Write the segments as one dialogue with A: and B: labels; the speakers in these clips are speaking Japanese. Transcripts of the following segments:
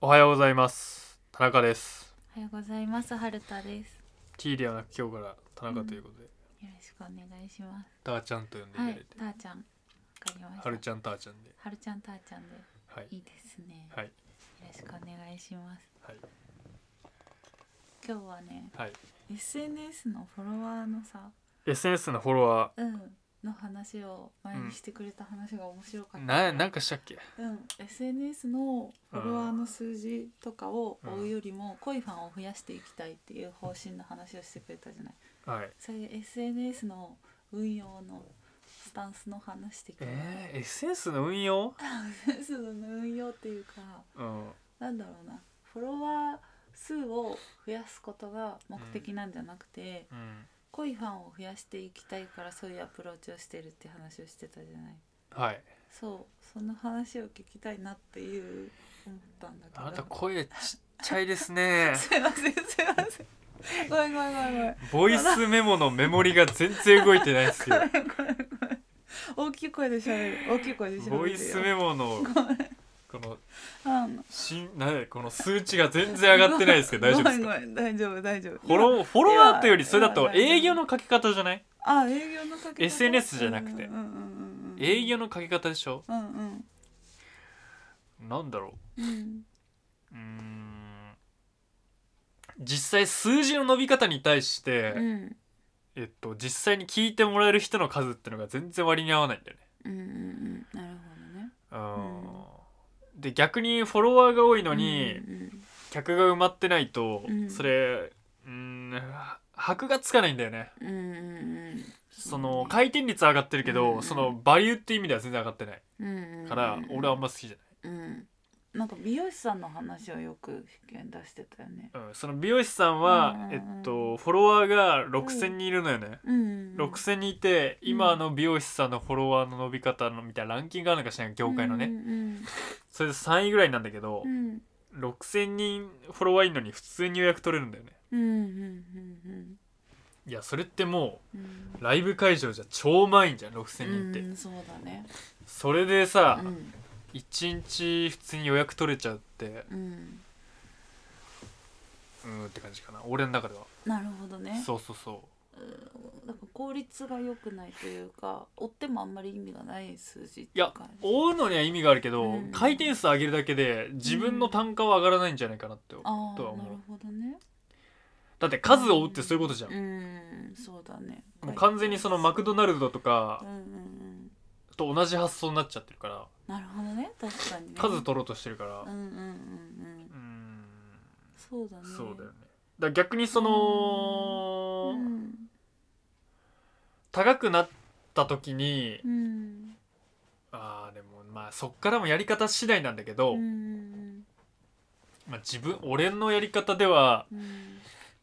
A: おはようございます田中です
B: おはようございます。はるたです。
A: T ではなく今日から田中ということで、
B: よろしくお願いします。
A: たーちゃんと呼んでいた
B: は
A: だいて
B: い、、たーちゃん。わかりました。
A: はるちゃんたーちゃんで
B: はるちゃん、たーちゃんで。
A: はい
B: いいですね。
A: はい
B: よろしくお願いします。
A: はい
B: 今日はね、
A: はい
B: SNS のフォロワーのさ、
A: SNS のフォロワ
B: うん、の話を前にしてくれた話が面白か
A: ー
B: った。
A: ななんかしたっけ
B: うん、SNS のフォロワーの数字とかを追うよりも、濃いファンを増やしていきたいっていう方針の話をしてくれたじゃない。
A: はい
B: それ SNS の運用のスタンスの話的な、
A: えー、SNS の運用
B: SNS の運用っていうか
A: うん
B: なんだろうなフォロワー数を増やすことが目的なんじゃなくて、
A: うん
B: 濃いファンを増やしていきたいからそういうアプローチをしてるって話をしてたじゃない
A: はい
B: そうその話を聞きたいなっていう思ったんだけど
A: あなた声ちっちゃいですね
B: すいませんすいませんごめんごめんごめんごめん
A: ボイスメモのメモリが全然動いてないんですけ ど
B: 大きい声で喋る大きい声で喋るよ
A: ボイスメモのこの
B: うん
A: しんなんこの数値が全然上がってないですけど大丈夫ですか
B: ごめんごめん大丈夫大丈夫
A: フォ
B: いや
A: ローフォロワーというより
B: いや
A: それだと
B: いやいや
A: 営業のかけ方じゃない
B: あ営業のかけ方
A: SNS じゃなくて
B: うんうんうんうん
A: 営業のかけ方でしょ
B: うんうん
A: なんだろ
B: うん
A: ううーん実際数字の伸び方に対して、
B: うん
A: えっと、実際に聞いてもらえる人の数ってのが全然割に合わないんだよね。
B: うんうんなるほどね
A: うん、で逆にフォロワーが多いのに
B: うん
A: 客が埋まってないと、
B: うん
A: それうーん箔がつかないんだよね。
B: うんうん
A: その回転率は上がってるけど、
B: うん
A: そのバリューっていう意味では全然上がってない
B: うんうん
A: から、俺はあんま好きじゃない。
B: うんなんか美容師さんの話をよく試験出してたよね
A: うん、その美容師さんは
B: うんうん、うん
A: えっと、フォロワーが6,000人いるのよね、
B: うんうんうん
A: 6,000人いて
B: うん
A: 今の美容師さんのフォロワーの伸び方のみたいなランキングあるのかしらん業界のね、
B: うん
A: それで3位ぐらいなんだけど
B: う、ん
A: 6,000人フォロワーいるのに普通に予約取れるんだよね
B: うんうんうん
A: いやそれっても
B: うんうん
A: うライブ会場じゃ超満員じゃん6,000人って、
B: うんそうだね
A: それでさ、
B: うん
A: 1日普通に予約取れちゃうって
B: うん
A: うーんって感じかな俺の中では
B: なるほどね
A: そうそうそう
B: うんなんか効率が良くないというか追ってもあんまり意味がない数字って
A: いや
B: 感じ
A: 追うのには意味があるけど、
B: うん
A: 回転数上げるだけで自分の単価は上がらないんじゃないかなって、
B: ああ
A: とは思
B: な
A: う
B: るほどね
A: だって数を追うってそういうことじゃん、
B: うんそうだね
A: もう完全にそのマクドナルドと
B: う
A: か
B: んうんうん
A: と同じ発想になっちゃってるから
B: なるほどね確かに、ね、
A: 数取ろうとしてるから
B: うんうんうんうん
A: うーん
B: そうだね
A: そうだよねだから逆にその、
B: うん
A: 高くなった時に
B: うん
A: あーでもまあそっからもやり方次第なんだけど、
B: うん
A: まあ、自分俺のやり方では
B: うん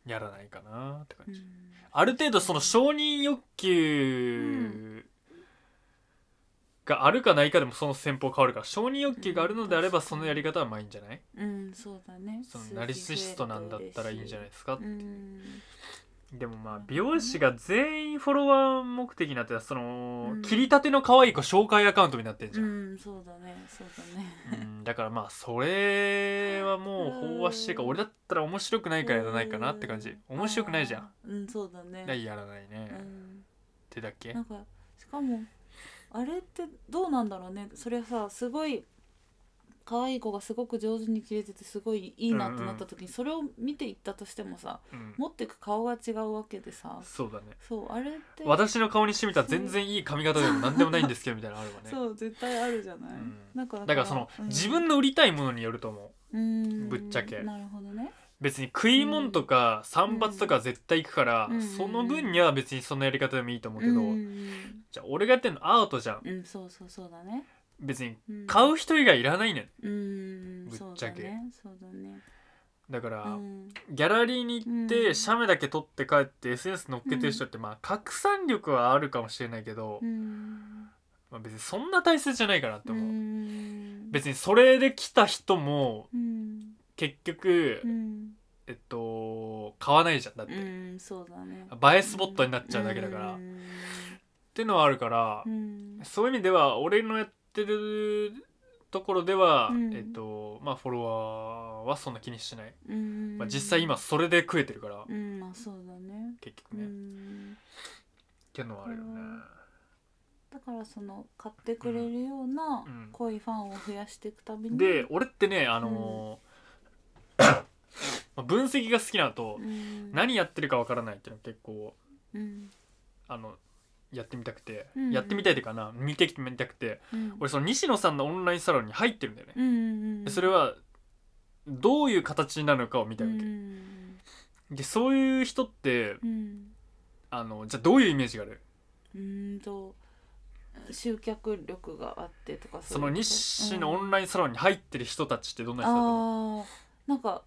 A: やらないかなって感
B: う
A: じ、
B: ん
A: ある程度その承認欲求があるかないかでもその戦法変わるから承認欲求があるのであればそのやり方はまあいいんじゃない
B: うんそうだね
A: そのナルシストなんだったらいいんじゃないですかっ
B: う
A: て
B: ん
A: でもまあ美容師が全員フォロワー目的になってたらその
B: うん
A: 切りたての可愛い子紹介アカウントになってんじゃ、
B: うんんそうだねそうだ
A: う
B: ね
A: ん、だからまあそれはもう飽和してるから
B: うん
A: 俺だったら面白くないからやらないかなって感じ
B: うん
A: 面白くないじゃん
B: あーうんそうだね
A: いややらないね、
B: う
A: っ
B: ん
A: てだけ
B: なんかしかもあれってどうなんだろうねそれさすごい可愛い子がすごく上手に切れててすごいいいなってなった時に、それを見ていったとしてもさ
A: うん
B: 持ってく顔が違うわけでさ
A: そうだね
B: そうあれって
A: 私の顔にしてみたら全然いい髪型でも何でもないんですけどみたいなのあるわね
B: そう絶対あるじゃない、
A: うん
B: なんか
A: だからその、
B: うん
A: 自分の売りたいものによると思う
B: うん
A: ぶっちゃけ
B: なるほどね
A: 別に食い物とか散髪とか絶対行くから、
B: うん
A: その分には別にそのやり方でもいいと思うけど、
B: うん、
A: じゃあ俺がやってんのアートじゃん
B: うん、そうそうそうだね、
A: 別に
B: うん、
A: 買う人以外いらないねん
B: うん
A: ぶっちゃけ
B: そうだね
A: だから、
B: そうだねうん
A: ギャラリーに行って、
B: うん
A: 写メだけ撮って帰って SNS 乗っけてる人って、まあ拡散力はあるかもしれないけど、
B: うん
A: まあ、別にそんな大切じゃないかなって思う、
B: うん
A: 別にそれで来た人も
B: うん
A: 結局、
B: うん
A: えっと買わないじゃんだって、
B: うんそうだね
A: 映えスポットになっちゃうだけだから、っ
B: うん
A: てのはあるから、
B: うん
A: そういう意味では俺のやってるところでは、
B: うん
A: えっとまあフォロワーはそんな気にしてない、
B: うん
A: まあ、実際今それで食えてるから
B: うんまあそうだね
A: 結局
B: う
A: ね、っ
B: ん
A: ていうのはあるよね
B: だからその買ってくれるような
A: うん
B: 濃いファンを増やしていくために
A: で俺ってねあのー まあ分析が好きなのと
B: うん
A: 何やってるかわからないっていうのは結構
B: うん
A: あのやってみたくて、
B: うんうん
A: やってみたいというかな見てみたくて
B: うん
A: 俺その西野さんのオンラインサロンに入ってるんだよね、
B: うんうんうん
A: でそれはどういう形になるのかを見たいわけ、
B: うん
A: でそういう人って
B: うん
A: あのじゃあどういうイメージがある
B: うーんと集客力があってとか
A: その西のオ
B: ン
A: ンラインサロンに入ってる人たちってどんな
B: ラ
A: 人だと思う
B: あーなんか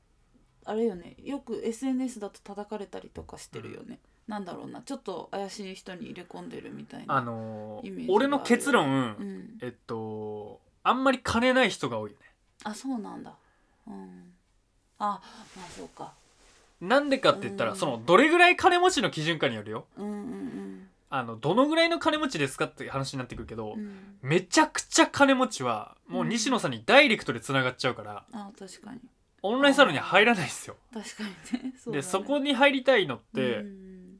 B: あれよねよく SNS だと叩かれたりとかしてるよね、なんだろうなちょっと怪しい人に入れ込んでるみたいな
A: あのー
B: イメージがある
A: 俺の結論、
B: うん、
A: えっとあんまり金ない人が多いよね
B: あそうなんだうんあまあそうか
A: なんでかって言ったら、
B: うん
A: そのどれぐらい金持ちの基準かによるよ
B: うんうん
A: あのどのぐらいの金持ちですかって話になってくるけど、
B: うんうん
A: めちゃくちゃ金持ちはもう西野さんにダイレクトでつながっちゃうから、
B: あ確かに
A: オンラインサロンには入らないですよ。
B: 確かにねそうだ
A: で
B: ね
A: そこに入りたいのって、
B: うん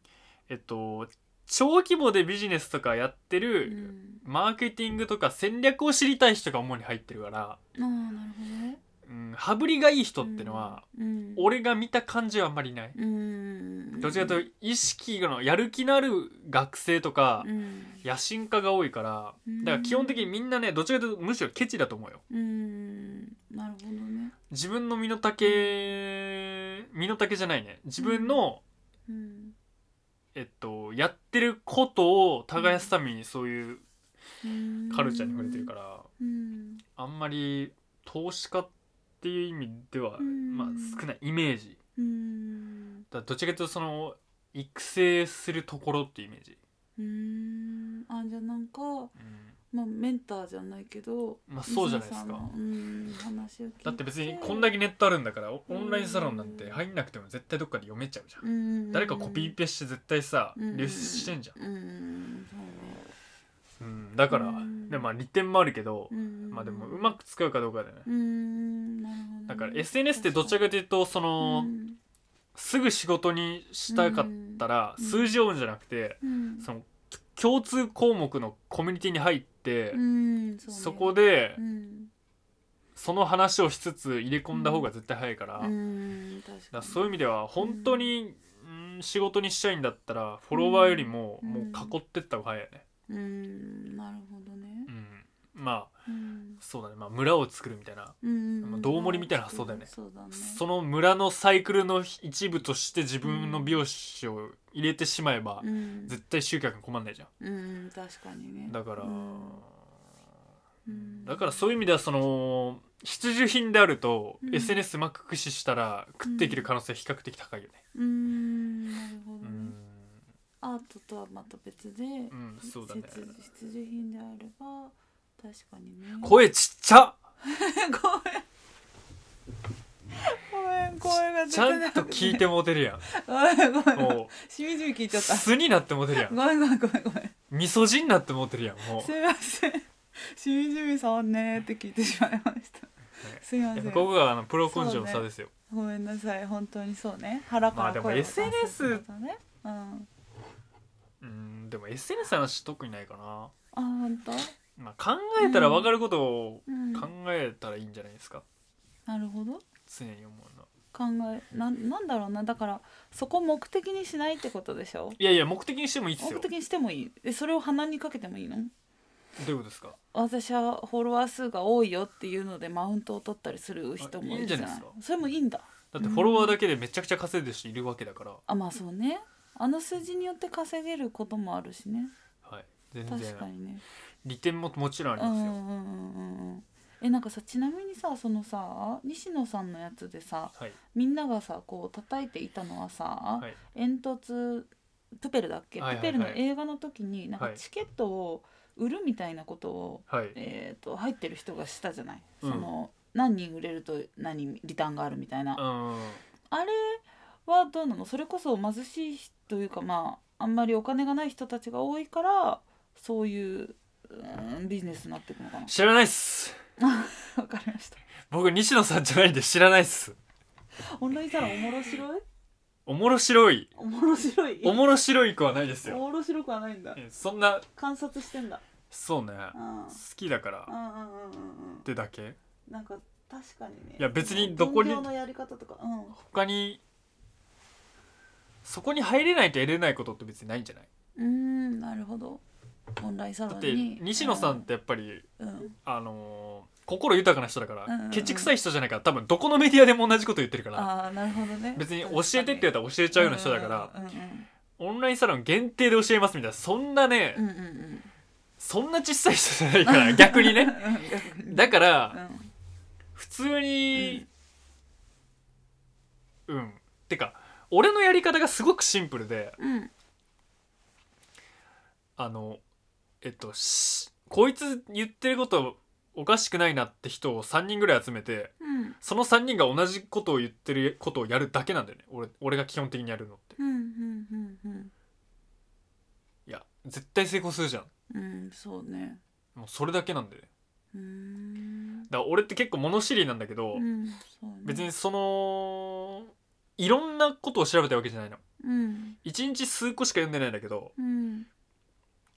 A: えっと小規模でビジネスとかやって
B: う
A: る、
B: ん、
A: マーケティングとか戦略を知りたい人が主に入ってるから、
B: ああなるほどね
A: うん、羽振りがいい人ってのは、、
B: うん、
A: 俺が見た感じはあんまりいない。
B: うん
A: どちらかというと意識のやる気のある学生とか、
B: うん
A: 野心家が多いからだから基本的にみんなねどちらかというとむしろケチだと思うよ。
B: うんなるほどね、
A: 自分の身の丈身の丈じゃないね自分の、
B: うん、、
A: えっと、やってることを耕すためにそういうカルチャーに触れてるからら、
B: うん、
A: あんまり投資家っていう意味では、
B: うん
A: まあ、少ないイメージ
B: うん
A: だからどっちらかというとその育成するところっていうイメージ、
B: うんあじゃあなんか、
A: うん
B: まあ、メンターじゃないけど
A: まあそうじゃないですか
B: 西野さんのうん話を聞いて
A: だって別にこんだけネットあるんだからオオンラインサロンなんて入んなくても絶対どっかで読めちゃうじゃん、
B: うん
A: 誰かコピーペして絶対さ
B: うん
A: 流出してんじゃん、
B: うんそうね
A: うん、だから、
B: うん
A: でもまあ利点もあるけど、
B: うん
A: まあでもうまく使うかどうかだよね、
B: うんなるほどね
A: だから SNS ってどちらかというとその、
B: うん
A: すぐ仕事にしたかったら
B: うん
A: 数字を追うんじゃなくて、
B: うん
A: その共通項目のコミュニティに入って、
B: うんそうね
A: そこで
B: うん
A: その話をしつつ入れ込んだ方が絶対早いから,、
B: う
A: だか
B: ん確からに
A: そういう意味では本当に、うん仕事にしたいんだったらフォロワーよりも
B: うん
A: もう囲ってった方が早いよね。
B: うんなるほどね
A: う。んまあ
B: うん
A: そうだね、まあ、村を作るみたいな
B: うん
A: 道盛りみたいな発想だよね
B: そうだね。
A: その村のサイクルの一部として自分の美容師を入れてしまえば、
B: うん
A: 絶対集客に困んないじゃん
B: うん確かにね。
A: だから、
B: うんうん
A: だからそういう意味ではその必需品であると、
B: うん
A: SNS うまく駆使したら食っていける可能性は比較的高いよね。
B: うんなるほ
A: う
B: どね
A: ん。
B: アートとはまた別で
A: うん、そうだね。
B: 必需必需品であれば確かにね。
A: 声ちっちゃ
B: ごめんごめん声が出
A: ち
B: てな
A: ゃんと聞いてモテるやん。
B: ごめんご めん
A: も、
B: しみじみ聞いうちゃった。
A: 素になってモテるや
B: ご
A: ん。
B: めんごめんごめんごめん。
A: 味噌汁になってモテるやん。も
B: すいません。しみじみさんねーって聞いてしまいました。すいま
A: う。や
B: せ
A: っ
B: ん
A: ぱ。ここがあのプロ根性の差ですよ。
B: ごめんなさい本当にそうね腹から
A: まあでも
B: 声を出す
A: SNS
B: ってことねうんあ
A: うん、でも SNS の話特にないかな。
B: 本当
A: まあ考えたら分かることを
B: うん
A: 考えたらいいんじゃないですか。
B: なるほど
A: 常に思うのは。
B: 考えなんなんだろうなだからそこ目的にしないってことでしょ
A: いやいや目的にしてもいいっす
B: 目
A: よ。
B: 的にしてもいいえそれを鼻にかけてもいいの
A: どういうことですか
B: 私はフォロワー数が多いよっていうのでマウントを取ったりする人も
A: あ
B: い
A: いいん
B: るじ
A: じ
B: ゃ
A: ゃ
B: な
A: ないいですか
B: それもいいんだ
A: だってフォロワーだけでめちゃくちゃ稼いでる人いるわけだから、
B: あまあそうねあの数字によって稼げることもあるしね
A: はい、全
B: 確
A: 然
B: かにね
A: 利点ももちろんあり
B: うん
A: ま
B: う
A: すよ、
B: んうんうんうんえなんかさちなみにさそのさ西野さんのやつでさ
A: はい
B: みんながさこう叩いていたのはさ、
A: はい
B: 煙突プペルだっけ、
A: はいはいはい
B: プペルの映画の時になんか
A: はい
B: チケットを売るみたいなことを、
A: はい
B: えー、と入ってる人がしたじゃない、
A: うん
B: その何人売れると何リターンがあるみたいな、
A: うん
B: あれはどうなのそれこそ貧しい人というかまああんまりお金がない人たちが多いからそういう、うんビジネスになっていくのかな
A: 知らないっす
B: わかりました
A: 僕西野さんじゃないんで知らないっす
B: オンラインサロンおもろしろい
A: おもろしろい
B: おもろしろい
A: おもろしろい子はないです
B: お
A: よ
B: もろしろくはないんだ
A: えそんな
B: 観察してんだ
A: そうね
B: うん
A: 好きだから
B: う
A: っ
B: んうんうんうんうん
A: てだけ
B: なんか確かにね
A: いや別にどこに
B: 分業のやり方とかうん
A: 他にそこに入れないと得れないことって別にないんじゃない
B: うんなるほどオンラインサ
A: だ
B: ロ
A: っ
B: ン
A: て
B: に
A: 西野さんってやっぱり
B: うん
A: あのー心豊かな人だから、
B: うんうんうん
A: ケチくさい人じゃないから多分どこのメディアでも同じこと言ってるから
B: ああなるほどね
A: 別に教えてって言ったら教えちゃうような人だから、
B: うんうん
A: オンラインサロン限定で教えますみたいなそんなね、
B: うんうんうん
A: そんな小さい人じゃない から逆にね
B: うん
A: だから、
B: うん
A: 普通にうん、てか俺のやり方がすごくシンプルで
B: うん
A: あのえっとしこいつ言ってることおかしくないなって人を3人ぐらい集めて
B: うん
A: その3人が同じことを言ってることをやるだけなんだよね俺俺が基本的にやるのって
B: うんうんうんうん
A: いや絶対成功するじゃん
B: うんそうね
A: もうそれだけなんだよね
B: うーん
A: だから俺って結構物知りなんだけど、
B: うんそうね
A: 別にそのいろんなことを調べたわけじゃないの
B: うん
A: 一日数個しか読んでないんだけど
B: うん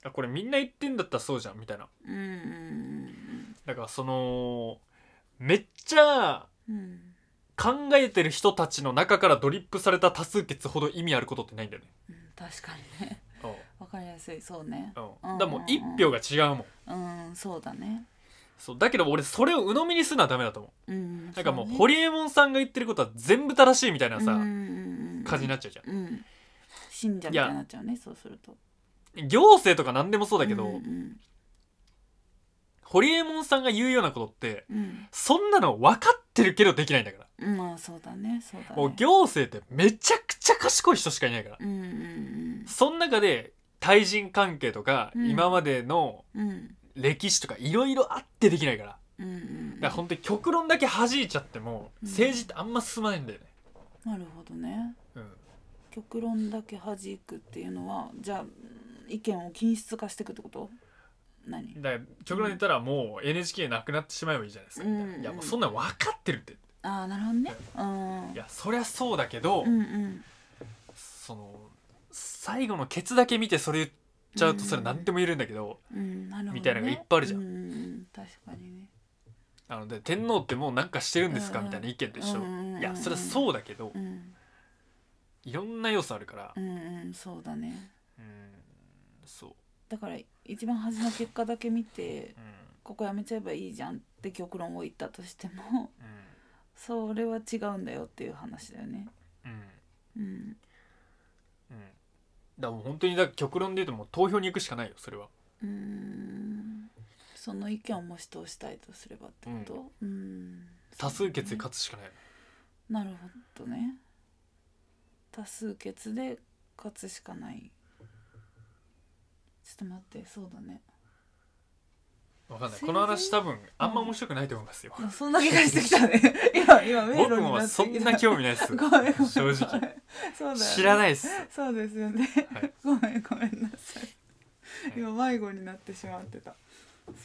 A: あこれみんな言ってんだったらそうじゃんみたいな
B: うんうん
A: だからそのめっちゃ
B: うんうん
A: 考えてる人たちの中からドリップされた多数決ほど意味あることってないんだよね
B: うん確かにね
A: うん
B: わかりやすいそうね
A: うんだからもう一票が違うもん
B: うんそうだね
A: そうだけど俺それを鵜呑みにするのはダメだと思
B: うん
A: うなんかもう
B: そね
A: ホリエモンさんが言ってることは全部正しいみたいなさ感
B: 感
A: じになっちゃうじゃ
B: うん信者みたいになっちゃうねそうすると
A: ん行政とか何でもそうだけ
B: うん
A: ど
B: うん
A: ホリエモンさんが言うようなことって
B: うん
A: そんなの分かってるけどできないんだから
B: うんまあそうだねそうだね
A: もう行政ってめちゃくちゃ賢い人しかいないから
B: うんうん
A: その中で対人関係とか、
B: うん
A: 今までの
B: うんうん
A: 歴史とかいろいろあってできないからだか
B: うんうん
A: ら本当に極論だけ弾いちゃっても、
B: うん
A: 政治ってあんま進まないんだよね、
B: なるほどね
A: うん、
B: 極論だけ弾くっていうのはじゃあうん意見を均質化していくってこと何
A: だから極論で言ったらもう NHK なくなってしまえばいいじゃないですか、みたいな
B: うん
A: いやもうそんなん分かってるって
B: ああなるほどねうん
A: いやそりゃそうだけど、
B: うんうん
A: その最後のケツだけ見てそれ言っちゃうとそれ何でも言えるんだけど、
B: うんなるほどね
A: みたいなのがいっぱいあるじゃん
B: うんうんうん確かにね
A: あので天皇ってもうなんかしてるんですか、
B: うん
A: みたいな意見と一緒、いやそりゃ
B: う
A: そうだけど、
B: んうん
A: いろんな要素あるから
B: う、んうんそうだね
A: うんそう
B: だから一番端の結果だけ見て
A: う
B: ここやめちゃえばいいじゃんって極論を言ったとしても
A: ん
B: それは違うんだよっていう話だよね
A: うんうん
B: うん
A: うんだからもう本当にだから極論で言うともう投票に行くしかないよそれは
B: うーんその意見をもし通したいとすればってことうん
A: 多数決で勝つしかないよ
B: なるほどね多数決で勝つしかないちょっと待ってそうだね
A: わかんない
B: 政治
A: この話多分あんま面白くないと思いますよ、
B: あそんな気がしてきたね 今今迷路
A: 僕
B: にな
A: も
B: って
A: そ
B: き
A: ん
B: た
A: な興味ないです
B: ごめんごめん
A: 正直
B: ごめんそうだよね
A: 知らないっす
B: そうですよね。
A: はい
B: ごめんごめんなさい。
A: はい
B: 今迷子になってしまってた。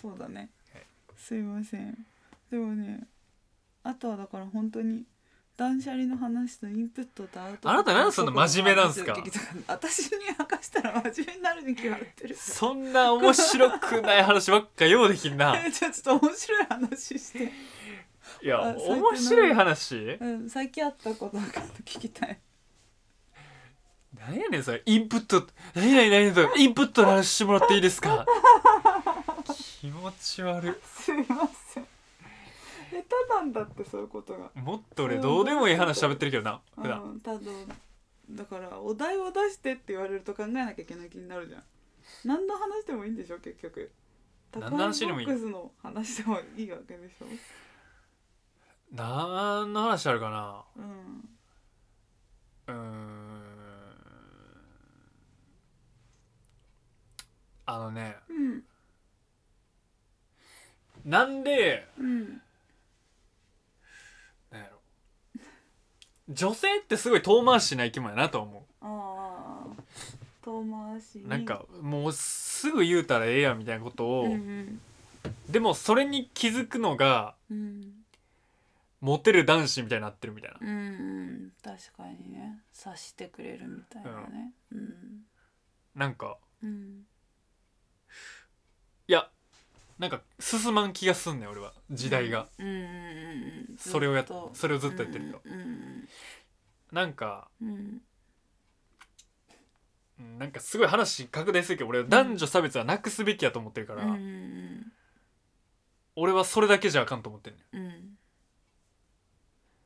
B: そうだね
A: はい。
B: すいません。でもね、あとはだから本当に断捨離の話とインプットとアウトプット
A: あなたなんでそんな真面目なんすか
B: そういうことを聞きたかった私に明かしたら真面目になるに決まってる。
A: そんな面白くない話ばっかようできんな
B: じゃあ ちょっと面白い話して、
A: いや
B: あ最低な
A: 面白い話
B: うん、最近あったことが聞きたい
A: 何やねんそれインプット何々何々とインプットの話してもらっていいです か気持ち悪
B: すいません下手なんだってそういうことが
A: いもっと俺どうでもいい話喋ってるけどな普段
B: うん、ただだからお題を出してって言われると考えなきゃいけない気になるじゃん何の話でもいいんでしょ結局
A: 何の話でもいい
B: 宝ボックスの話でもいいわけでしょ
A: 何の話あるかな
B: うん
A: うーんあのね
B: うん
A: なんで
B: う
A: な
B: ん
A: んやろ女性ってすごい遠回しな生き物やなと思
B: ああ遠回し
A: う
B: に
A: なんかもうすぐ言うたらええやんみたいなことを、
B: うんうん
A: でもそれに気づくのが
B: うん
A: モテる男子みたいになってるみたいな
B: うんうん確かにね察してくれるみたいなねうん
A: なんか
B: うん
A: いやなんか進まん気がすんねん俺は時代が、
B: うんうんうんうん
A: それをやっ
B: ず
A: それをずっとやってると、
B: うんうん
A: なんか
B: うんうん
A: うんなんかすごい話拡大するけど俺は男女差別はなくすべきやと思ってるから、
B: うんうん
A: 俺はそれだけじゃあかんと思ってんねん
B: うんうん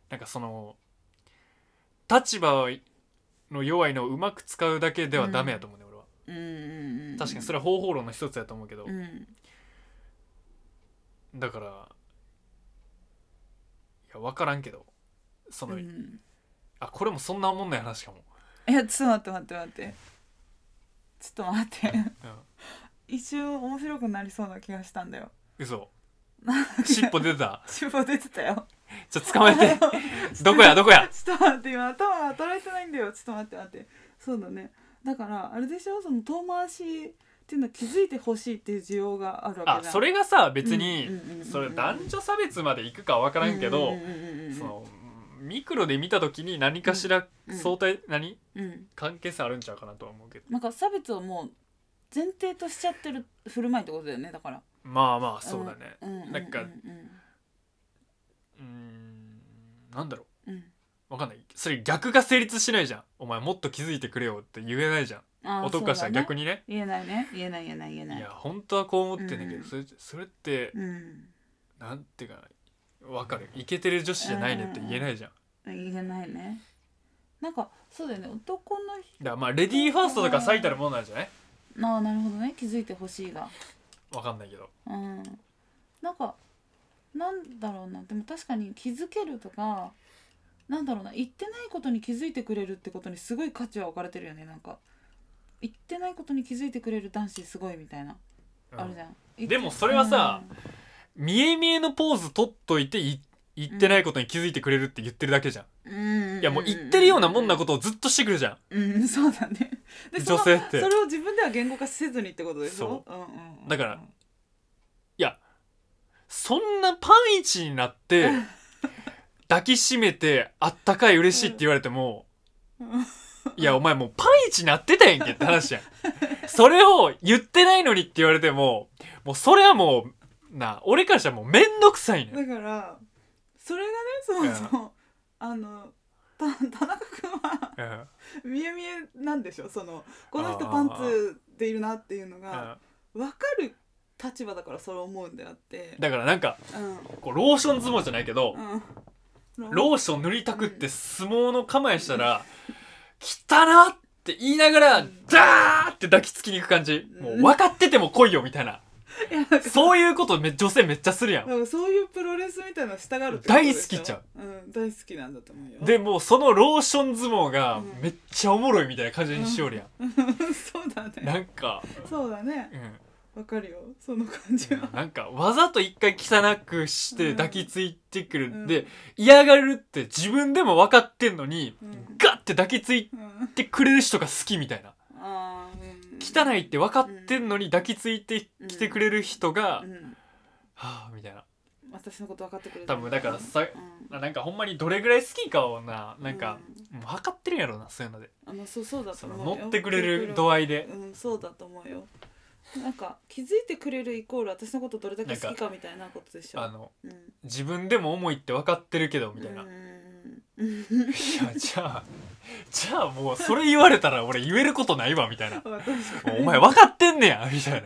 A: なんかその立場の弱いのをうまく使うだけではダメやと思うね、俺は
B: うんうんうん
A: 確かにそれは方法論の一つやと思うけど、
B: うん
A: だからいや分からんけどその、
B: うん
A: あこれもそんなおもんない話かも、
B: いやちょっと待って待って待ってちょっと待っ
A: う
B: て
A: ん、
B: 一瞬面白くなりそうな気がしたんだよ
A: 嘘尻尾出てた
B: 脂肪出てたよ
A: ちょっと捕まえ てどこやどこや
B: ちょっと待って今頭が働いてないんだよちょっと待って待ってそうだねだからあれでしょその遠回しっていうのは気づいてほしいっていう需要があるわけ
A: あ
B: じゃん
A: それがさ別に、
B: うんうんうんうん
A: それ男女差別までいくかは分からんけど、
B: うんうんうんうん
A: そのミクロで見た時に何かしら
B: うん
A: 相対、何
B: うん
A: 関係性あるんちゃうかなとは思うけど
B: なんか差別をもう前提としちゃってる振る舞いってことだよねだから
A: まあまあそうだね
B: うんうんうんうん
A: なんか
B: うん
A: うーんなんだろ
B: うん
A: うわかんないそれ逆が成立しないじゃんお前もっと気づいてくれよって言えないじゃん
B: あー
A: 男からしたら逆
B: そ
A: に
B: うだね
A: ね
B: 言えないね言えない言えない言えない
A: いや本当はこう思ってんだけど、
B: うん
A: それそれって
B: うん
A: なんていうかなわかるイケてる女子じゃないねって言えないじゃん
B: 言えないねなんかそうだよね男の人
A: だからまあレディーファーストとか最たるものなんじゃない
B: ああなるほどね気づいてほしいが
A: わかんないけど
B: うんなんかなんだろうなでも確かに気づけるとかなんだろうな言ってないことに気づいてくれるってことにすごい価値は置かれてるよねなんか言ってないことに気づいてくれる男子すごいみたいな、
A: うん
B: あるじゃん言って
A: でもそれはさ
B: うん
A: 見え見えのポーズ取っといてい言ってないことに気づいてくれるって言ってるだけじゃん、
B: うん
A: いやもう言ってるようなもんな
B: こ
A: ことをずっとしてくるじゃん、
B: とうんそうだねでその
A: 女性って
B: それを自分では言語化せずにってことでしょ、
A: そう
B: んうんうん、
A: だからそんなパンイチになって抱きしめてあったかい嬉しいって言われても、
B: うん
A: いやお前もうパンイチなってたやんけって話やんそれを言ってないのにって言われてももうそれはもうな俺からしたらもうめんどくさいねん
B: だからそれがねそもそもあのた田中君は
A: うんうん
B: 見え見えなんでしょそのこの人パンツでいるなっていうのが
A: だ
B: 分かる立場だからそれ思うんであって
A: からなんか
B: う
A: こうローション相撲じゃないけど、
B: んうん
A: ローション塗りたくって相撲の構えしたら「汚な!」って言いながら
B: うん
A: ダーって抱きつきに行く感じもう分かってても来いよみたいない
B: やなんか
A: そういうことめ女性めっちゃするやん
B: なんかそういうプロレスみたいなのしたがるってことでしょ
A: 大好きちゃ
B: うん大好きなんだと思うよ
A: でもうそのローション相撲が
B: うん
A: めっちゃおもろいみたいな感じにしおるやん、
B: そうだね
A: なんか、
B: そうだね
A: うん、
B: 分かるよその感じは
A: なんかわざと一回汚くして
B: うん
A: 抱きついてくる、
B: うん
A: で嫌がるって自分でも分かってんのに、
B: うん
A: ガッて抱きつい
B: うん
A: てくれる人が好きみたいな
B: あーうん
A: 汚いって分かってんのに抱きついてきてくれる人が、
B: うん
A: はあみたいな
B: 私のこと分かってくれて
A: 多
B: る
A: 分だからさ
B: うん
A: なんかほんまにどれぐらい好きかをななんか、もう分かってるんやろうなそういうので
B: うんあのそうそうだと
A: そ
B: 思
A: の
B: うよ
A: 乗ってくれる度合いで
B: うんそうだと思うよなんか気づいてくれるイコール私のことどれだけ好きかみたいなことでしょ
A: あの
B: うん
A: 自分でも重いって分かってるけどみたいな、
B: うん
A: い
B: うん
A: やじゃあじゃあもうそれ言われたら俺言えることないわみたいな
B: うん確か
A: もう
B: に
A: お前分かってんねやみたい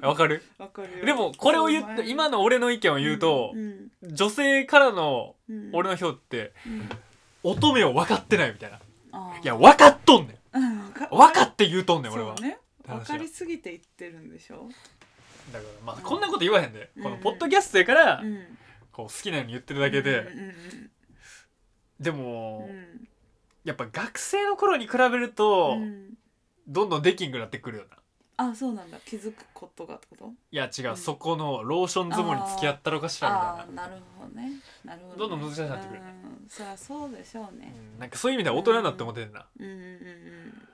A: なわかる
B: わかるよ
A: でもこれを言って今の俺の意見を言うと、女性からの俺
B: の
A: の票って乙女を分かってないみたいないいや分かっとんねん
B: 分か
A: 分かって言うとんねん俺
B: そう
A: は
B: だね
A: 話は
B: 分かりすぎて言ってるんでしょ
A: だからまあこんなこと言わへんで、
B: うん
A: このポッドキャストやから、
B: うん
A: こう好きなように言ってるだけで、
B: うんうん
A: で
B: う
A: も、
B: ん
A: やっぱ学生の頃に比べる
B: う
A: と、
B: んうん
A: どんどんできんくなってくるよな
B: あそうなんだ気づくことがってこと
A: いや違う、
B: うん
A: そこのローション相撲に付き合ったろかしらみ
B: あ
A: た
B: あ
A: い
B: ーなるほどねなるほど、ね、
A: どんどん難しくなってくるよね
B: うんそりゃそうでしょう
A: な、
B: ね
A: うんなんかそういう意味では大人だって思ってんな、
B: うんうんうん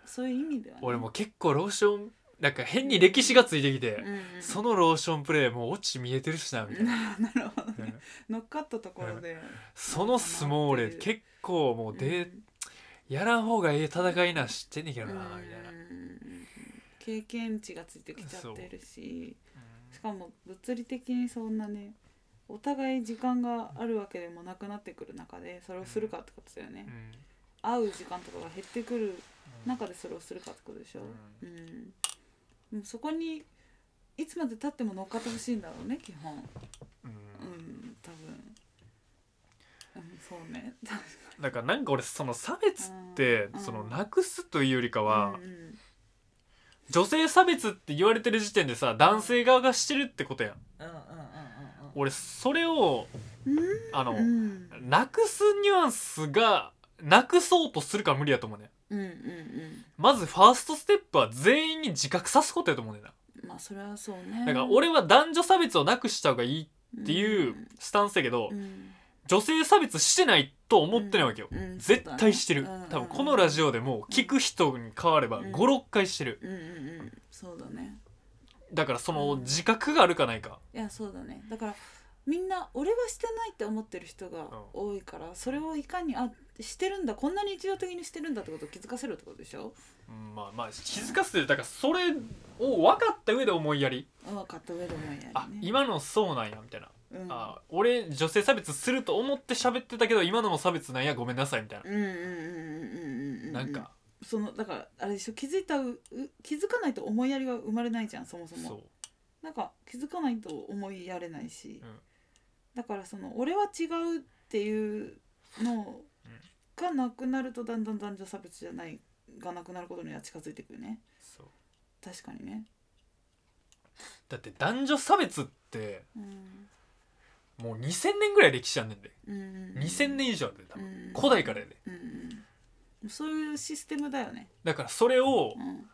B: そういう意味では、ね、
A: 俺も結構ローションなんか変に歴史がついてきて、
B: うんうん
A: そのローションプレーもうオチ見えてるしなみたいな、
B: な なるほど
A: う
B: ね
A: ん
B: 乗っかったところで、
A: その相撲俺結構もうで、
B: うん
A: やらん方がええ戦いなん知ってんねんけどなみたいな、
B: うん経験値がついてきちゃってるししかも物理的にそんなねお互い時間があるわけでもなくなってくる中でそれをするかってことだよね、
A: うん
B: 会う時間とかが減ってくる中でそれをするかってことでしょ、
A: う
B: うん、でもそこにいつまでたっても乗っかってほしいんだろうね基本
A: う
B: うんん多分、うん、そうね
A: だからなんか俺その差別って、
B: うん
A: そのなくすというよりかは、
B: うんうん
A: 女性差別って言われてる時点でさ男性側がしてるってことやん
B: うんうん
A: 俺それを
B: うんうん
A: あの、
B: うん
A: なくすニュアンスがなくそうとするから無理やと思うねん
B: うんうんうん
A: まずファーストステップは全員に自覚さすことやと思うねんな
B: まあそれはそうね
A: だから俺は男女差別をなくした方がいいっていうんスタンスやけど、
B: うん
A: 女性差別してないと思ってないわけよ、
B: うん
A: 絶対してる、
B: そうだね
A: 多分このラジオでも聞く人に変われば
B: うん
A: 56回してる
B: うんうんうんそうだね
A: だからその自覚があるかないか
B: いやそうだねだからみんな俺はしてないって思ってる人が多いから、それをいかにあしてるんだこんなに日常的にしてるんだってことを気づかせるってことでしょ
A: うんまあまあ気づかせてだからそれを分かった上で思いやり
B: 分かった上でもいいやりね
A: あ今のそうなんやみたいな、
B: うん
A: あ俺女性差別すると思って喋ってたけど今のも差別なんやごめんなさいみたいな、
B: うんうんうんうんうんうん
A: なんか
B: そのだからあれでしょ気づいたうう気づかないと思いやりが生まれないじゃんそもそも
A: そ
B: なんか気づかないと思いやれないし、
A: うん
B: だからその俺は違うっていうのがなくなるとだんだん男女差別じゃないがなくなることには近づいてくるね
A: うそう
B: 確かにね、
A: だって男女差別って
B: うん、
A: もう2000年ぐらい歴史あんねんで
B: うんうん
A: 2000年以上あるで多分、
B: うん
A: 古代からやで
B: うんうんそういうシステムだよね
A: だからそれを
B: うん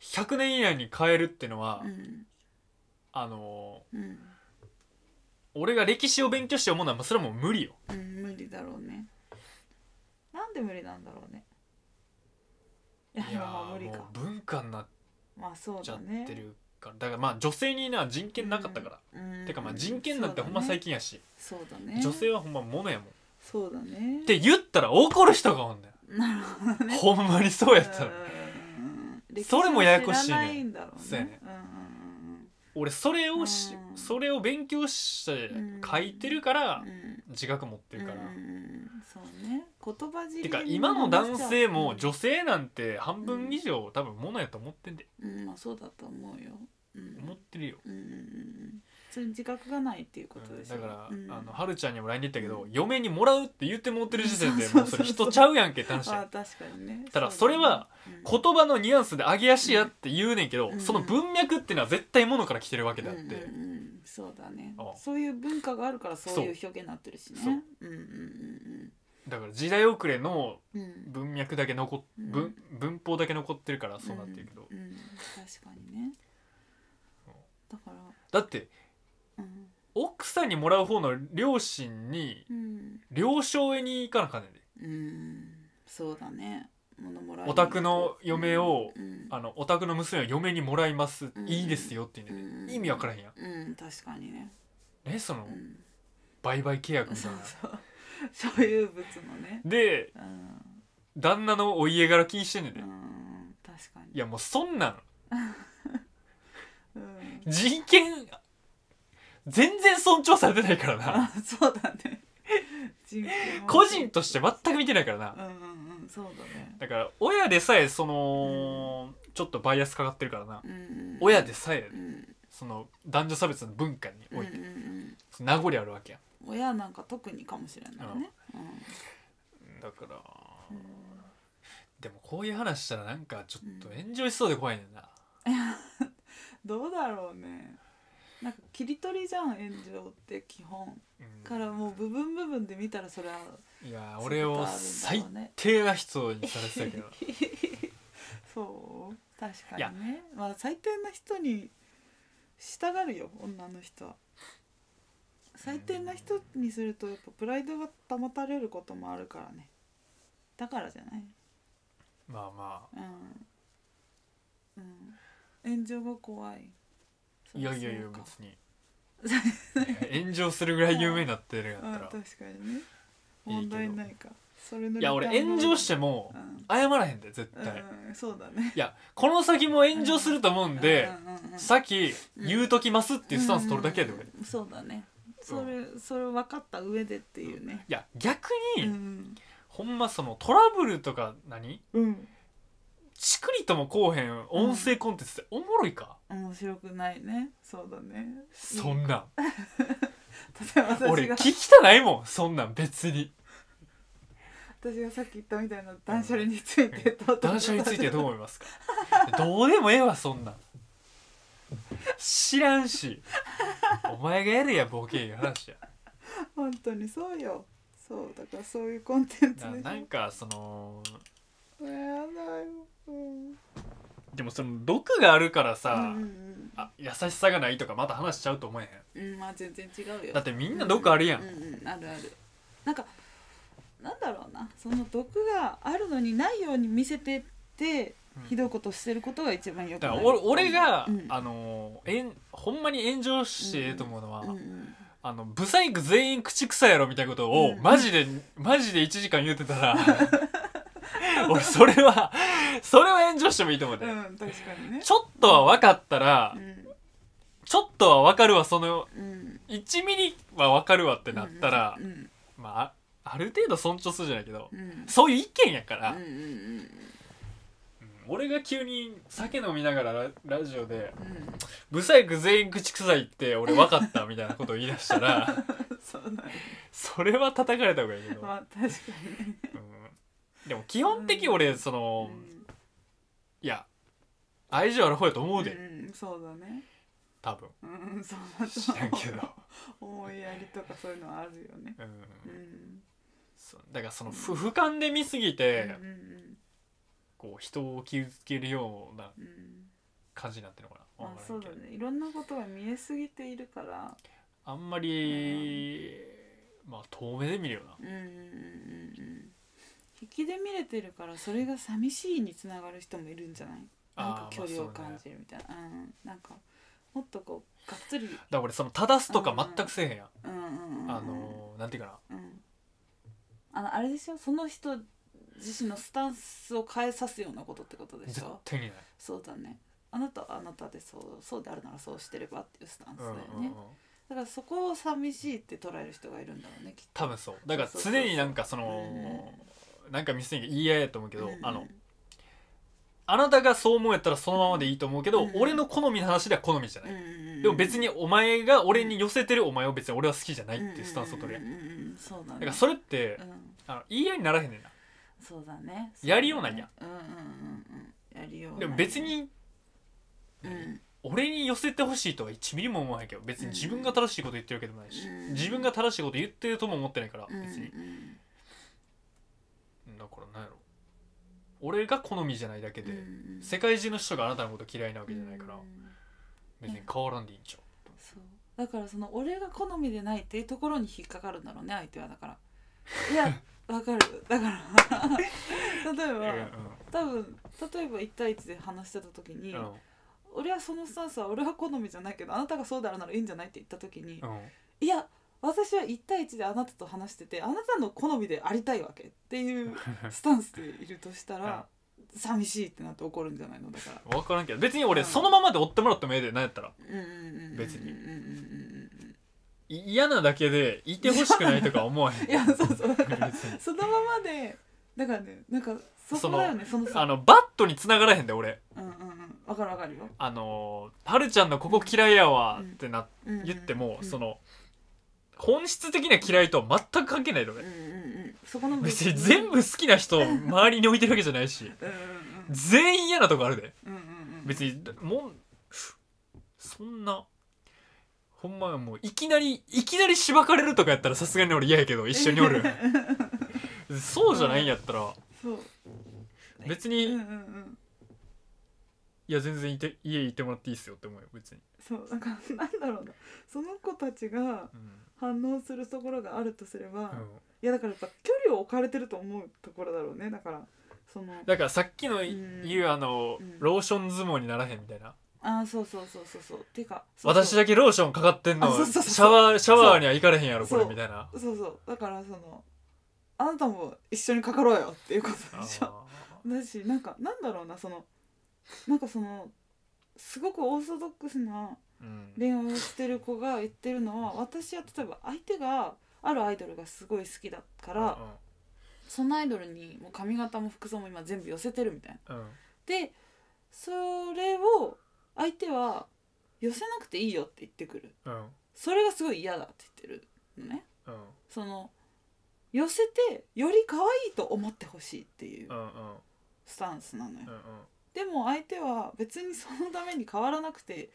A: 100年以内に変えるってのは、
B: うん
A: あの
B: うん、
A: ー俺が歴史を勉強して思うのはまあそれはもう無理よ
B: うん、無理だろうねなんで無理なんだろうねいや
A: いや
B: まあ
A: ー
B: 無理
A: も
B: か
A: う文化になっ
B: まあそう
A: ちゃ
B: だ
A: っ
B: ね
A: てるからだからまあ女性にな人権なかったから、
B: うん
A: てかまあ人権なんてほんま最
B: 近
A: 近やし、
B: そうだね
A: 女性はほんまものやもん、
B: そうだね
A: って言ったら怒る人がおんねん
B: なるほどね
A: ほんまにそうやったら、
B: ら
A: それもややこしいね
B: ないんだろう
A: そうや
B: ね
A: ね俺それをし、
B: うん
A: それを勉強して書いてるから
B: うんうんうんうん
A: 自覚持ってるから、
B: うんうんうんそうね言葉
A: て
B: 尻に
A: か今の男性も
B: う
A: 女性なんて半分以上多分ものやと思ってんで
B: んうんまあそうだと思うようん
A: 思ってるよ、
B: うんうんうんうんそれに自覚がないっていうことでしょ
A: だから、
B: うん
A: あのはるちゃんにも LINE で言ったけど、嫁にもらうって言ってもってる時点で
B: そう
A: も
B: そう
A: そ
B: うそ
A: れ
B: う
A: 人ちゃうやんけって話や
B: あ
A: ん
B: 確かにね
A: ただ
B: うね
A: それは
B: うん
A: 言葉のニュアンスで上げ足やって言うねんけど、
B: うん
A: その文脈っていうのは絶対ものから来てるわけであって、
B: うんうんうん、そうだね
A: ああ
B: そういう文化があるからそういう表現になってるしね
A: そう
B: うんうん
A: だから時代遅れの
B: うんうんうん
A: 文脈だけ残っ、
B: うん
A: 文文法だけ残ってるからそうなってるけど、
B: うんうん確かにね
A: そう
B: だから
A: だって
B: うん
A: 奥さんにもらう方の両親に
B: うん、
A: 了承へに行かなあかんねんで
B: うん、そうだね物もらいに
A: お宅の嫁を
B: うんうん
A: あのお宅の娘を嫁にもらいます、
B: うん
A: いいですよって言うねんで、
B: うん
A: 意味わからへんやん
B: うん確かにね、
A: ねその
B: うん、
A: 売買契約みた
B: そ
A: いうな
B: そう 所有物のね
A: で
B: うん、
A: 旦那のお家柄気にしてんねんで、
B: う
A: い
B: ん、確かに
A: やもうそんなん
B: うん、
A: 人権全然尊重されてないからな
B: あそうだね人権も
A: 個人として全く見てないからな
B: うんうんうんそうだね
A: だから親でさえその、ちょっとバイアスかかってるからな、
B: うんうん
A: 親でさえ
B: うん
A: その男女差別の文化に
B: うんう
A: お
B: ん
A: いて、
B: うん
A: その名残あるわけや
B: 親なんか特にかもしれないね
A: んだから
B: うん
A: でもこういう話したらなんかちょっと
B: うん
A: 炎上しそうで怖いねんな、
B: どうだろうねなんか切り取りじゃん炎上って基本
A: うん
B: からもう部分部分で見たらそれはい
A: や
B: そうい
A: 俺
B: うこと
A: を
B: あるんだろうね
A: 最低な人にされてたけど
B: そう確か
A: いや
B: にねまあ最低な人に従うよ女の人は最低な人にするとやっぱプライドが保たれることもあるからねだからじゃない
A: まあまあ
B: うんうん炎上が怖い
A: いやいやいや
B: そうか
A: 別に炎上するぐらい有名になってるんや
B: うん
A: っ
B: 確
A: た
B: かに
A: い
B: ね
A: いけ
B: 問
A: ど
B: 題ないかそれの
A: らいや俺炎上してても
B: うん
A: 謝らへんで絶
B: う
A: 対
B: んうんそうだね
A: いやこの先も炎上すると思うんで
B: うんうんうんうん
A: さっき言うときますっていうスタンス取るだけやで俺い
B: うんうんうんそうだねそれそれを分かった上でっていうね
A: や逆
B: う
A: に
B: ん
A: ほんまそのトラブルとか何
B: うん
A: チクリともこうへん音声コンテンツっておもろいか
B: 面白くないねそうだね
A: そんなん
B: 例えば私
A: 俺
B: が
A: 聞きたないもんそんなん別に
B: 私がさっき言ったみたいな断捨離についてと
A: 断捨離についてどう思います かどうでもええわそんなん知らんしお前がやれやボケいう話や
B: 本当にそうよそうだからそういうコンテンツでし
A: なな
B: ょ
A: んかその
B: やだよ、うん、
A: でもその毒があるからさ、
B: うん
A: あ優しさがないとかまた話しちゃうと思えへ
B: うんうんまあ全然違うよ
A: んだってみんな毒あるやん、
B: うんうんあるあるなんかなんだろうなその毒があるのにないように見せてって
A: うん
B: ひどいことをしてることが一番よく
A: だ
B: な
A: か
B: い
A: ら俺俺が、
B: うん
A: あのえんほんまに炎上してええと思うのは、
B: うんうん
A: あのブサイク全員口臭いやろみたいなことを、
B: うん
A: マジでマジで1時間言うてたら 俺それはそれは炎上してもいいと思うで、
B: うん確かにね
A: ちょっとは分かったら、
B: うん
A: ちょっとは分かるわその
B: うん
A: 1ミリは分かるわってなったら、
B: うん
A: まあある程度尊重するじゃないけど、
B: うんうん
A: そういう意見やから、
B: うんうんうん
A: うん俺が急に酒飲みながらララジオで
B: うん
A: 「ブサイク全員口臭いって俺分かった」みたいなことを言い出した ら
B: そうだね
A: それは叩かれた方がいいけど、
B: まあ確かにね
A: うんでも基本的に俺その、
B: うん
A: いや愛情ある方やと思うで、
B: うんそうだね
A: 多分
B: うんそうだと
A: 知
B: 思
A: らん
B: う
A: けど、
B: 思いやりとかそういうのはあるよね
A: う、
B: うんん
A: そうだからそのふ俯瞰で見すぎて、
B: うんうん
A: こう人を傷つけるような
B: うんうん
A: 感じになってるのかな
B: ま
A: わ
B: あ
A: から
B: そ
A: ん
B: う
A: け
B: だ
A: ど
B: ねいろんなことが見えすぎているから
A: あんまり、まあ遠目で見るよな
B: うんうんうんうん引きで見れてるからそれが寂しいにつながる人もいるんじゃないなんか
A: あー
B: 距離を
A: まあそうね
B: 感じるみたいな、うんなんかもっとこうがっつり
A: だから俺その正すとか全くせえへんやん、
B: うんうんうん
A: あのー、なんていうかな
B: うんあのあれでしょその人自身のスタンスを変えさすようなことってことでし
A: 絶
B: ょ
A: 対にない、
B: そうだねあなたはあなたでそうそうであるならそうしてればっていうスタンス
A: う
B: だ
A: んう
B: よ
A: ん
B: ね、
A: うん、
B: だからそこを寂しいって捉える人がいるんだろうねきっと
A: 多分そうだから
B: そうそうそう
A: 常になんかそのなんか見せに言い合いやと思うけど、
B: うんうん
A: あのあなたがそう思うやったらそのままでいいと思うけど、
B: うん
A: 俺の好みの話では好みじゃない、
B: で
A: でも別にお前が俺に寄せてるお前を別に俺は好きじゃないっていうスタンスを取るやん、
B: うんうんうんうんそうだね
A: だからそれって、
B: うん
A: あの言い合いにならへんねんな
B: そうだね
A: やりようなんや
B: うんうんうんうんやりようない
A: でも別に
B: うんうん
A: 俺に寄せてほしいとは1ミリも思わへんけど別に自分が正しいこと言ってるわけでもないし、
B: うん
A: 自分が正しいこと言ってるとも思ってないから
B: うん
A: 別に、だから何やろ俺が好みじゃないだけで、
B: うん
A: 世界中の人があなたのこと嫌いなわけじゃないから、
B: うん
A: 別に変わらんでいいんちゃう
B: そうだからその俺が好みでないっていうところに引っかかるんだろうね相手はだからいやわかるだから 例え
A: うん
B: ば多分例えば1対1で話してた時に、
A: うん
B: 俺はそのスタンスは俺は好みじゃないけどあなたがそうであるならいいんじゃないって言った時に、
A: うん
B: いや私は1対1であなたと話しててあなたの好みでありたいわけっていうスタンスでいるとしたら寂しいってなって怒るんじゃないのだから
A: 分からんけど別に俺そのままで追ってもらってもええで何やったら
B: うんうんうんうん
A: 別に
B: うんうんうん
A: い嫌なだけでいてほしくないとか思わへ
B: うん んいやそうそうだから
A: 別に
B: そのままでだからねなんかそこだよねその
A: あのバットに繋がらへんで俺
B: うんうんうんわかるわかるよ、
A: あのー「はるちゃんのここ嫌いやわ」ってな
B: うんうん
A: 言っても、
B: うん
A: その本質的な嫌いとは全く関係ないで
B: うん
A: 俺
B: うんうんそこの部分
A: 別に全部好きな人を周りに置いてるわけじゃないし
B: うんうん
A: 全員嫌なとこあるで
B: うんうんうんうん
A: 別にもんそんなほんまもういきなりいきなりしばかれるとかやったらさすがに俺嫌やけど一緒におるそうじゃないんやったら
B: そう
A: 別
B: うんうんう
A: に
B: ん
A: いや全然いて家行ってもらっていいっすよって思うよ別に、
B: そうなんかなんだろうなその子たちが
A: うん
B: 反応するところがあるとすれば、
A: うん
B: いやだからやっぱ距離を置かれてると思うところだろうねだからその
A: だからさっきの
B: ん
A: 言うあの
B: うん
A: ローション相撲にならへんみたいな
B: ああそうそうそうそうそうてかそうそう
A: 私だけローションかかってんの
B: あそうそうそう
A: シャワーシャワーには行かれへんやろこれ
B: そう
A: みたいな
B: そうそうだからそのあなたも一緒にかかろうよっていうことでしょ
A: あ
B: だしなんかなんだろうなそのなんかそのすごくオーソドックスな
A: ーうん
B: 恋愛をしてる子が言ってるのは私は例えば相手があるアイドルがすごい好きだからそのアイドルにもう髪型も服装も今全部寄せてるみたいな。
A: うんうん
B: でそれを相手は寄せなくていいよって言ってくる
A: うん
B: それがすごい嫌だって言ってるのね
A: うん
B: その寄せてより可愛いと思ってほしいっていう
A: うんうん
B: スタンスなのよ
A: うん
B: でも相手は別にそのために変わらなくて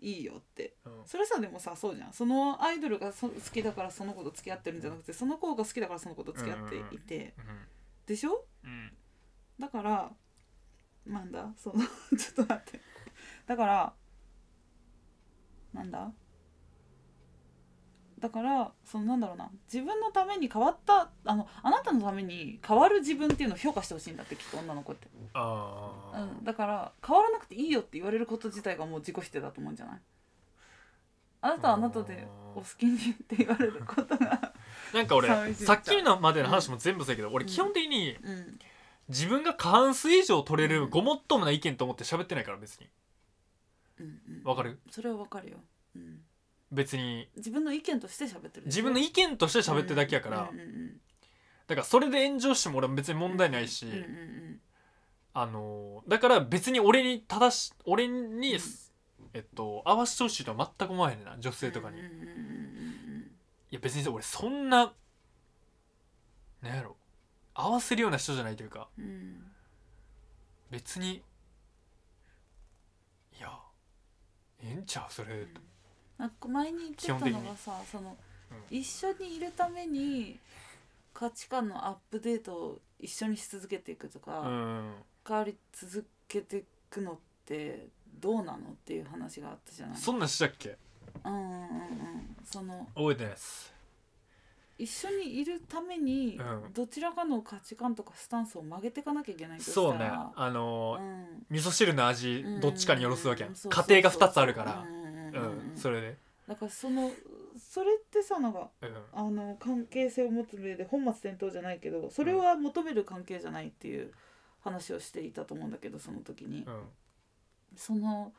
B: いいよって
A: うん
B: それさでもさそうじゃんそのアイドルがそ好きだからその子と付き合ってるんじゃなくてその子が好きだからその子と付き合っていて、でしょ
A: うん
B: だからなんだその ちょっと待ってだからなんだだからそのなんだろうな自分のために変わったあのあなたのために変わる自分っていうのを評価してほしいんだってきっと女の子って、
A: あ
B: う
A: あ
B: ん、だから変わらなくていいよって言われること自体がもう自己否定だと思うんじゃないあなたはあなたでお好きにって言われることが
A: なんか俺
B: 寂しい
A: さっきのまでの話も全部そうやけど俺基本的に
B: うん
A: 自分が過半数以上取れ
B: う
A: る
B: ん
A: ごもっともな意見と思って喋ってないから別に
B: うんうん
A: わかる
B: それはわかるよ、うん、
A: 別に
B: 自分の意見として喋ってるでし
A: 自
B: ょ
A: 分の意見として喋ってるだけやから
B: うんうんうん
A: だからそれで炎上しても俺は別に問題ないし
B: うんうん
A: あのーだから別に俺に正し俺に、
B: うん
A: えっと合わせてほしいとは全く思わへんねんな女
B: う
A: 性
B: ん
A: とかに、
B: うん
A: い
B: うんうんうん
A: や別に俺そんななんやろ合わせるような人じゃないというか
B: うんうん
A: 別にいやええんちゃうそれ、
B: なんか前に言ってたのがさその、
A: う
B: 一緒にいるために価値観のアップデートを一緒にし続けていくと
A: う
B: か、
A: ん
B: 変わり続けていくのってどうなのっていう話があったじゃない
A: そんなんしたっけ
B: うんうんうんうんその
A: 覚えてないです
B: 一緒にいるために
A: うん
B: どちらかの価値観とかスタンスを曲げていかなきゃいけないとしたら
A: そうねあのー
B: うん
A: 味噌汁の味どっちかによろすわけやん
B: う
A: 家
B: そう
A: 庭
B: そう
A: が2つあるから
B: うんうんうん
A: う
B: うん
A: んそれで
B: だからそのそれってさなんか
A: うん
B: あの関係性を持つ上で本末転倒じゃないけどそれは求める関係じゃないっていう話をしていたと思うんだけどその時に、
A: うん
B: その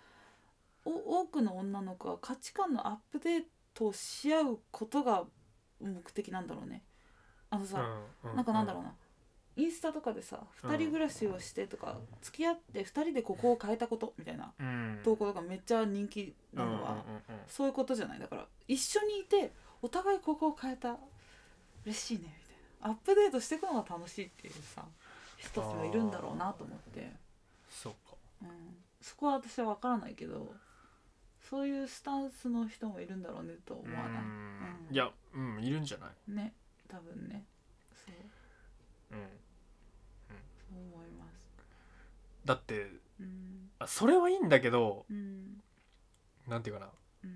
B: お多くの女の子は価値観のアップデートをし合うことが目的なんだろうねあのさ、
A: う
B: なんかなんだろうな、インスタとかでさ
A: うん
B: 2人暮らしをしてとか、付き合って2人でここを変えたことみたいな
A: うん
B: 投稿とかめっちゃ人気なのは、
A: うんうんうんうん
B: そういうことじゃないだから一緒にいてお互いここを変えた嬉しいねみたいなアップデートしていくのが楽しいっていうさ人たちもいるんだろうなと思って、
A: そうか
B: うん、そこは私は分からないけどそういうスタンスの人もいるんだろうねと思わな
A: うん
B: いうん
A: いやうんいるんじゃない
B: ね多分ねそう
A: うん
B: そう思います
A: だって
B: うん
A: あそれはいいんだけど
B: うん
A: なんていうかな
B: うん
A: うん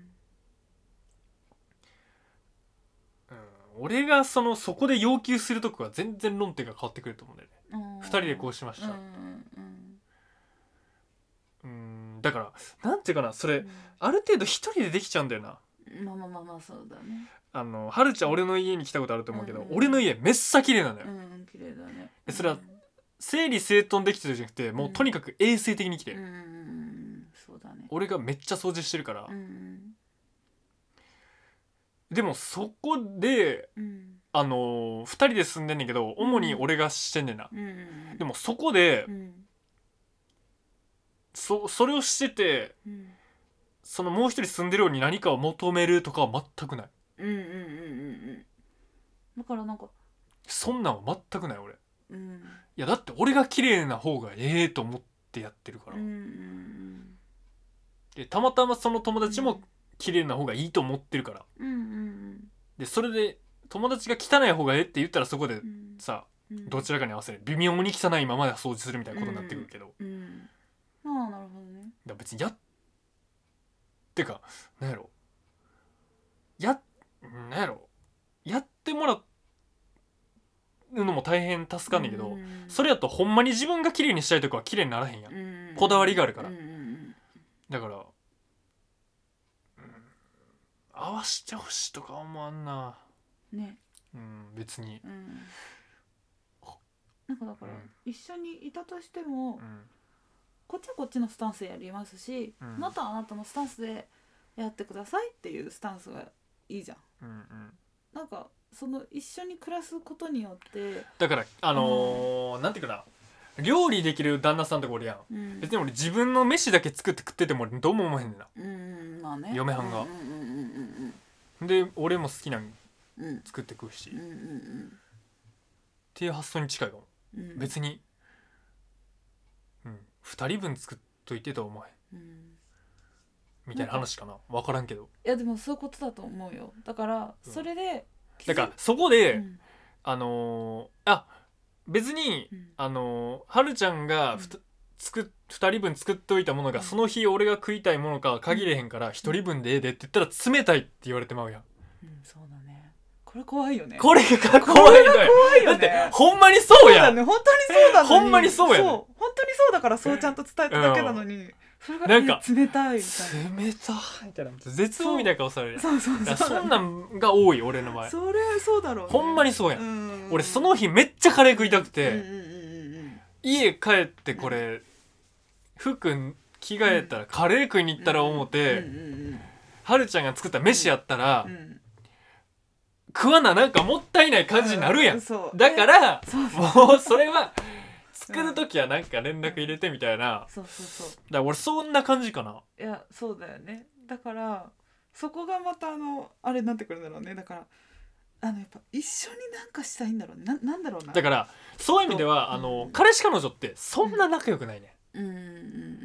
A: 俺がそのそこで要求するとこは全然論点が変わってくると思うんだよね
B: 2
A: 2人でこうしまし
B: うんう
A: た
B: んうん
A: うんだからなんていうかなそうれ
B: ん
A: ある程度一人でできちゃうんだよな
B: まあまあまあまあそうだね
A: あのはるちゃん俺の家に来たことあると思うけど、
B: うんうん
A: 俺の家めっさ綺麗なのよ、
B: うんうん綺麗だね
A: えそれは整理整頓できてるじゃなくてもうとにかく衛生的に綺麗、
B: うんうんうんうんそうだね
A: 俺がめっちゃ掃除してるから、
B: うん
A: でもそこで
B: うん
A: あのー、2人で住んでんねんけど主に俺がしてんねんな、
B: うんうん
A: でもそこで、
B: うん
A: そそれをしてて
B: うん
A: そのもう一人住んでるように何かを求めるとかは全くない
B: うんうんうんうんうんだからなんか
A: そんなんは全くない俺い
B: うん
A: やだって俺が綺麗な方がええと思ってやってるか
B: うん
A: ら、
B: うん
A: でたまたまその友達
B: う
A: も
B: ん
A: 綺麗な方がいいと思ってるから
B: うんうん
A: でそれで友達が汚い方がええって言ったらそこで
B: うん
A: さ
B: うん
A: どちらかに合わせる微妙に汚いままで掃除するみたいなことになってくるけど、
B: うんまあなるほど
A: だ
B: ね
A: から別にやってかなんやろやなんやろやってもらうのも大変助かんねんけど、それやとほんまに自分が綺麗にしたいとこは綺麗にならへんやん、こだわりがあるから
B: うんうん
A: だから、うん、合わしてほしいとか思わんな
B: ね
A: うん別に
B: うんなんかだから、
A: うん
B: 一緒にいたとしても、
A: うん
B: こっちはこっちのスタンスでやりますし、
A: うん
B: あなたはあなたのスタンスでやってくださいっていうスタンスがいいじゃん
A: うんうん
B: なんかその一緒に暮らすことによって、
A: だからあのーなんていうかな料理できる旦那さんとかおるやん
B: うん
A: 別に俺自分の飯だけ作って食っててもどうも思わへんねんな
B: うんまあね
A: 嫁はんが
B: うんうんうん
A: で俺も好きなん
B: うんうん
A: 作って食うし、
B: うん
A: っ
B: うんうん
A: ていう発想に近いかも、
B: うん
A: 別にうん2人分作っといてとは思え
B: うん
A: みたいな話かな分からんけど
B: いやでもそういうことだと思うよだから
A: うん
B: それで
A: だからそこ
B: 気
A: で、
B: づうん
A: あのーあ別に、
B: うん
A: あのーはるちゃんがふた、作っ2人分作っといたものが、
B: うん
A: その日俺が食いたいものか限れへんから1人分でええでって言ったら冷たいって言われてまうやん
B: うんそうだねこれ怖いよね
A: これが怖いのよ
B: 怖い
A: だ
B: よ
A: って
B: ね
A: ほんまにそうや
B: だ
A: ん
B: ね本当にそうだのに
A: ほんまにそうやね
B: そう本当にそうだからそうちゃんと伝えただけなのにそれが
A: なんか
B: え冷たいみたい
A: 冷たいみたいな絶望みたいな顔される
B: な
A: やん
B: そうそう
A: だ
B: そう
A: からそんなんが多い俺の前
B: それそうだろうね
A: ほんまにそうやん、
B: うん
A: 俺その日めっちゃカレー食いたくて、
B: うんうんうんうん
A: 家帰ってこれ服着替えたらカレー食いに行ったら思って、
B: うんうん
A: はるちゃんが作った飯やったら、
B: うんうん
A: 食わななんかもったいない感じになるやん、
B: うそう
A: だから
B: そうそう
A: もうそれは作る時はなんか連絡入れてみたいなだか
B: そうそうそう
A: ら俺そんな感じかない
B: やそうだよねだからそこがまたあのあれになってくるんだろうねだからあのやっぱ一緒になんかしたいんだろうねななんだろうな
A: だからそういう意味では
B: うん
A: あの彼氏彼女ってそんな仲良くないねん
B: うんうんう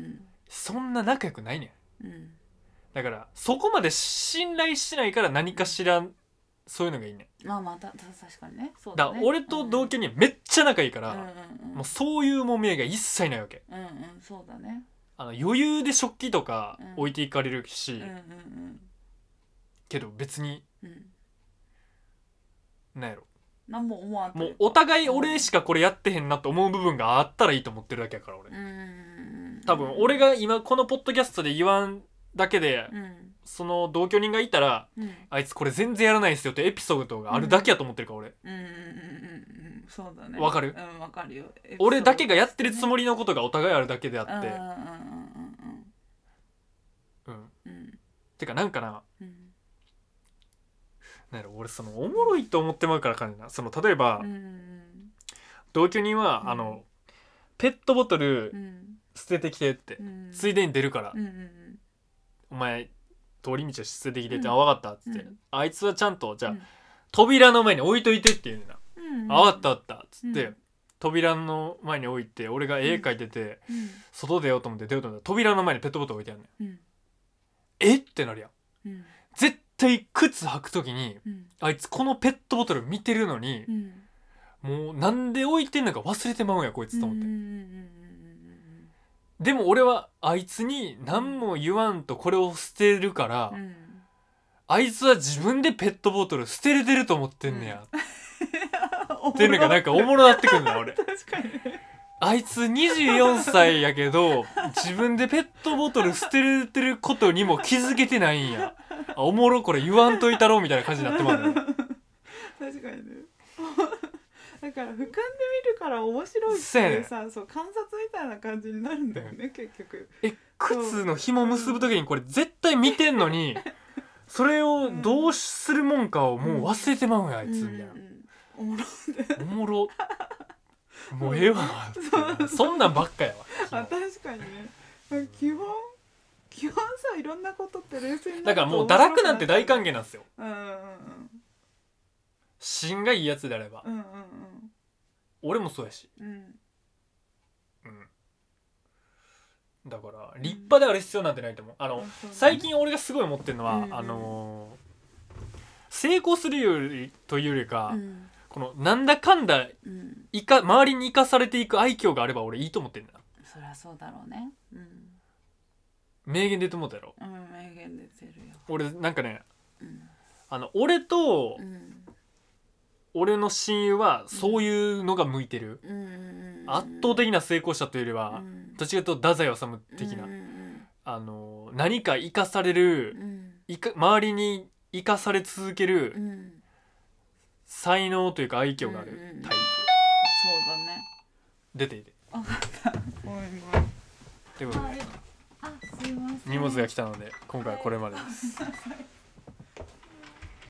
B: ん
A: そんな仲良くないねん
B: うん
A: だからそこまで信頼してないから何かしらそういうのがいいねん
B: まあまあたた確かにねそう
A: だ
B: だ
A: か
B: ね
A: ら俺と同居にはめっちゃ仲いいか
B: うん
A: ら、
B: うんうん
A: もうそういうもみ合いが一切ないわけ
B: うんうんそうだね
A: あの余裕で食器とか置いていかれるし、
B: うんうんうん
A: けど別に
B: うん
A: なんやろ
B: 何も思わんと
A: も
B: いうか
A: お互い俺しかこれやってへんなと思う部分があったらいいと思ってるだけやから俺
B: うんうんうん
A: 多分俺が今このポッドキャストで言わんだけで
B: うん
A: その同居人がいたら
B: うん
A: あいつこれ全然やらないですよってエピソードがあるだけやと思ってるから俺
B: うんうんうんうんうんそうだね
A: わかる
B: うんわかるよ
A: 俺だけがやってるつ
B: り
A: もりのことがお互いあるだけであ
B: うん
A: っ
B: うん
A: て
B: うんう
A: う
B: ん
A: ん
B: うんうん
A: てかなんかな
B: うん
A: なんやろ俺そのおもろいと思ってまうからかねなその例えば
B: うんうん
A: 同居人は
B: うん
A: あのペットボトル
B: うん
A: 捨ててきてって
B: うん
A: ついでに出るから
B: うんうん
A: お前通り道を捨ててきてって
B: うん
A: あ分かったっつって
B: うん
A: あいつはちゃんとじゃあ
B: うん
A: 扉の前に置いといてって言うねんな
B: うん
A: あ分かった分かったっつっ
B: う
A: て
B: ん
A: 扉の前に置いて俺が絵描いてて
B: うん
A: 外出ようと思って出ようと思ったら扉の前にペットボトル置いてあるねん
B: うん
A: えってなるやん
B: うん
A: 絶対靴履く時に
B: うん
A: あいつこのペットボトル見てるのに
B: うん
A: もうなんで置いてんのか忘れてまうんやこいつと思って
B: うんうんうん
A: でも俺はあいつに何も言わんとこれを捨てるから、
B: うんうんうん
A: あいつは自分でペットボトル捨てれてると思ってんねや、っていうのがなんかおもろなってくるんだ俺
B: 確かにね
A: あいつ24歳やけど自分でペットボトル捨てれてることにも気づけてないんやあおもろこれ言わんといたろみたいな感じになってまうのよ
B: 確かにねだから俯瞰で見るから面白いっていうさそう観察みたいな感じになるんだよね結局
A: え靴の紐結ぶ時にこれ絶対見てんのにそれをどうするもんかをもう忘れてまうんやあいつみたいな
B: うんうんおもろい
A: おもろもうええわってそんなんばっかや
B: あ
A: わ
B: 確かにね基本基本さいろんなことって冷静に
A: だ
B: なると
A: からもう堕落なんて大歓
B: 迎
A: 迎なんですよ
B: うんうん
A: 芯がいいやつであれば
B: うんうんうん
A: 俺もそうやし
B: うんうん
A: うんだから立派である必要なんてないと思うあ
B: あ
A: の
B: そうね
A: 最近俺がすごい思ってるのは、
B: うん
A: あのー成功するよりというよりか、
B: うん
A: このなんだかんだ
B: うん
A: いか周りに生かされていく愛嬌があれば俺いいと思ってんだ
B: そりゃそうだろうねうん
A: 名言でと思ったやろ
B: うん名言出てるよ
A: 俺なんかね
B: うん
A: あの俺と
B: うん
A: 俺の親友はそういうのが向いてる、
B: うんうんうんうん
A: 圧倒的な成功者というよりは、
B: うん
A: どっちかというと太宰治的な、
B: うんうんうん
A: あの何か生かされる
B: うん
A: いか周りに生かされ続け
B: う
A: る
B: ん
A: 才能というか愛嬌があ
B: うんうんう
A: る
B: ん
A: タイプ
B: そうだね
A: 出ていて
B: 分かったごめんごめん
A: ということ
B: あ
A: で
B: れあすいません
A: 荷物が来たので今回はこれまでです